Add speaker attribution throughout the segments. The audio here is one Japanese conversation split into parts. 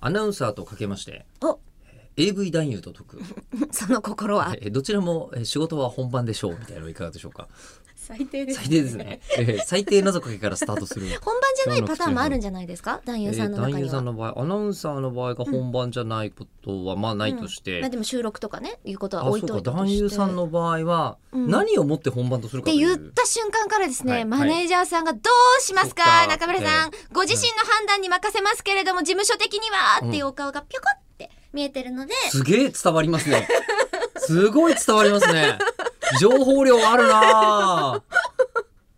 Speaker 1: アナウンサーとかけまして
Speaker 2: お
Speaker 1: AV 男優と解く
Speaker 2: その心は
Speaker 1: えどちらもえ仕事は本番でしょうみたいなのいかがでしょう か
Speaker 2: 最低です
Speaker 1: 最低ですね、えー最低謎かけからスタート する
Speaker 2: 本番じゃないパターンもあるんじゃないですか男優さんの
Speaker 1: えー
Speaker 2: 中
Speaker 1: 男優
Speaker 2: に
Speaker 1: さ
Speaker 2: は、
Speaker 1: んの場合アナウンサーの場合が本番じゃないことはまあないとして、
Speaker 2: まあでも収録とかねいうことは
Speaker 1: あ
Speaker 2: 置い
Speaker 1: そ
Speaker 2: と
Speaker 1: う
Speaker 2: いた
Speaker 1: か
Speaker 2: として
Speaker 1: 男優さんの場合は
Speaker 2: うん
Speaker 1: 何をもって本番とする
Speaker 2: っ
Speaker 1: かと
Speaker 2: て
Speaker 1: いう、
Speaker 2: 言った瞬間からですね、
Speaker 1: はい
Speaker 2: マネージャーさんがどうしますか、
Speaker 1: はい
Speaker 2: 中村さん、ご自身の判断に任せますけれども事務所的には
Speaker 1: うん
Speaker 2: っていうお顔がピョコって見えてるので、
Speaker 1: すげえ伝わりますねすごい伝わりますね情報量あるな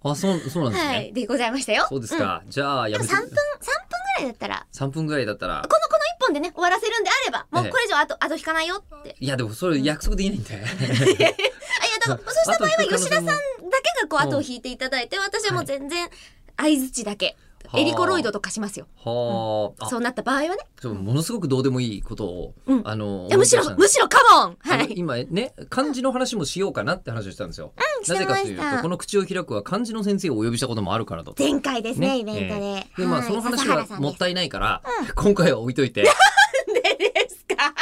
Speaker 1: ああそうそうなんですね、
Speaker 2: はいでございましたよ
Speaker 1: そうですか、じゃあ
Speaker 2: うん
Speaker 1: や
Speaker 2: で
Speaker 1: め
Speaker 2: も
Speaker 1: て
Speaker 2: 3分3分ぐらいだったら
Speaker 1: 3分ぐらいだったら
Speaker 2: このこの1本でね終わらせるんであればも
Speaker 1: ええ
Speaker 2: うこれ以上あとあと引かないよって
Speaker 1: いやでもそれ約束できないん で
Speaker 2: あいやだからそうした場合
Speaker 1: あと引く可能性
Speaker 2: は吉
Speaker 1: も
Speaker 2: 田さんだけがこ
Speaker 1: う
Speaker 2: う
Speaker 1: ん
Speaker 2: 後を引いていただいて私はもう全然相づちだけ、
Speaker 1: はあ
Speaker 2: エリコロイドとかしますよ
Speaker 1: はあ、あ
Speaker 2: そうなった場合はね
Speaker 1: そうものすごくどうでもいいことを、
Speaker 2: うん
Speaker 1: あの
Speaker 2: いやむしろむしろカモンは
Speaker 1: あの
Speaker 2: い
Speaker 1: 今ね漢字の話もしようかなって話をしたんですよ、
Speaker 2: し
Speaker 1: なぜ
Speaker 2: て
Speaker 1: か
Speaker 2: ま
Speaker 1: と
Speaker 2: し
Speaker 1: いうと
Speaker 2: た
Speaker 1: この口を開くは漢字の先生をお呼びしたこともあるからだと
Speaker 2: 前回ですね
Speaker 1: ね
Speaker 2: イベントで、はい
Speaker 1: でまあその話はもっ
Speaker 2: い
Speaker 1: たいないから、今回は置いといて
Speaker 2: ないですか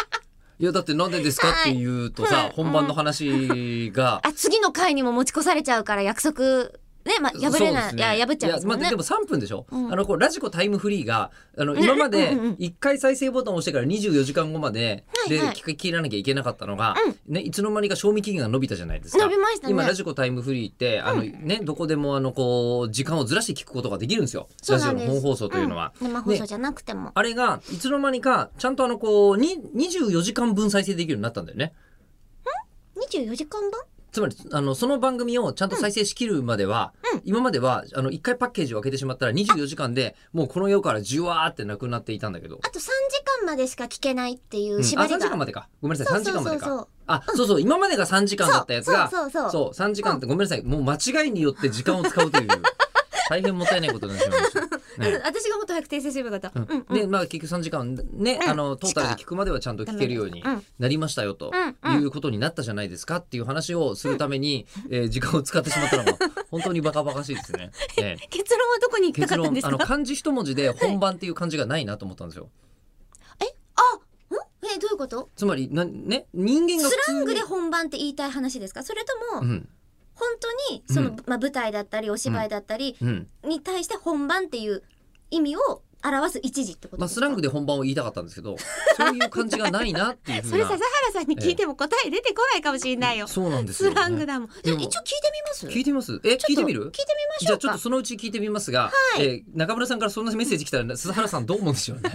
Speaker 1: いやだってなんでですかっていうとさ、
Speaker 2: はい
Speaker 1: 本番の話が、
Speaker 2: あ次の回にも持ち越されちゃうから約束ねまあ破れない
Speaker 1: そうです
Speaker 2: い
Speaker 1: ね
Speaker 2: や破っちゃいますもん
Speaker 1: や
Speaker 2: ね
Speaker 1: あでも3分でしょ、
Speaker 2: うん
Speaker 1: あのこうラジコタイムフリーがあの
Speaker 2: ね
Speaker 1: 今まで
Speaker 2: うんうんうん
Speaker 1: 1回再生ボタンを押してから24時間後まで
Speaker 2: はい
Speaker 1: で
Speaker 2: はい
Speaker 1: 聞き切らなきゃいけなかったのが、ね、いつの間にか賞味期限が伸びたじゃないですか
Speaker 2: 伸び。ましたね
Speaker 1: 今ラジコタイムフリーってあの、ね、どこでもあのこう時間をずらして聞くことができるんですよ
Speaker 2: そ
Speaker 1: ラ
Speaker 2: う
Speaker 1: ジ
Speaker 2: な
Speaker 1: オ
Speaker 2: ん
Speaker 1: の
Speaker 2: です
Speaker 1: 本放送というのは。
Speaker 2: うん生放送じゃなくても、
Speaker 1: あれがいつの間にかちゃんとあのこうに24時間分再生できるようになったんだよね。
Speaker 2: 24時間分
Speaker 1: つまりあのその番組をちゃんと再生しきるまでは、今まではあの1回パッケージを開けてしまったら24時間でもうこの世からじゅわーってなくなっていたんだけど、
Speaker 2: あと3時間までしか聞けないっていううん
Speaker 1: あ
Speaker 2: 縛りが、
Speaker 1: 3時間までかごめんなさい3時間まで
Speaker 2: そうそうそう
Speaker 1: か
Speaker 2: そう
Speaker 1: あそうそう今までが3時間だったやつが
Speaker 2: そうそうそう
Speaker 1: そう3時間ってごめんなさいもう間違いによって時間を使う という大変もったいないことになってしまいました。ね
Speaker 2: 私がもっと早く訂正すればよかった、うんうん
Speaker 1: でまあ、結局3時間ね、
Speaker 2: うん
Speaker 1: あのトータルで聞くまではちゃんと聞けるように
Speaker 2: うん
Speaker 1: なりましたよと
Speaker 2: うんうん
Speaker 1: いうことになったじゃないですかっていう話をするために、えー時間を使ってしまった のが本当にバカバカしいですね。ええ
Speaker 2: 結論はどこに行きた
Speaker 1: 結
Speaker 2: かったん
Speaker 1: 論
Speaker 2: です
Speaker 1: あ
Speaker 2: か
Speaker 1: の漢字一文字で本番っていう漢字がないなと思ったんですよ。
Speaker 2: あんえどういうこと
Speaker 1: つまりなね人間が
Speaker 2: ス
Speaker 1: 普通
Speaker 2: ラ
Speaker 1: に
Speaker 2: ングで本番って言いたい話ですかそれと
Speaker 1: う
Speaker 2: も
Speaker 1: ん
Speaker 2: 本当にその、
Speaker 1: うん
Speaker 2: まあ、舞台だったりお芝居だったり
Speaker 1: うん
Speaker 2: に対して本番っていう意味を表す一時ってこと
Speaker 1: まあ、
Speaker 2: です
Speaker 1: ス
Speaker 2: か、
Speaker 1: ラングで本番を言いたかったんですけどそういう漢字がないなっていうふ
Speaker 2: そうれ
Speaker 1: な
Speaker 2: 笹原さんに聞いても答え出てこないかもしれないよ、
Speaker 1: そうなんですよ、
Speaker 2: ス
Speaker 1: ね。
Speaker 2: ラングだもん、
Speaker 1: で
Speaker 2: で
Speaker 1: も
Speaker 2: も一応聞いてみます
Speaker 1: 聞いてみますえ
Speaker 2: ちょっと
Speaker 1: 聞いてみる
Speaker 2: 聞いてみまし
Speaker 1: じ
Speaker 2: ょ
Speaker 1: ゃ
Speaker 2: う
Speaker 1: あちょっ
Speaker 2: か
Speaker 1: とそのうち聞いてみますが、えー中村さんからそんなメッセージ来たら鈴原さんどう思うんでしょうね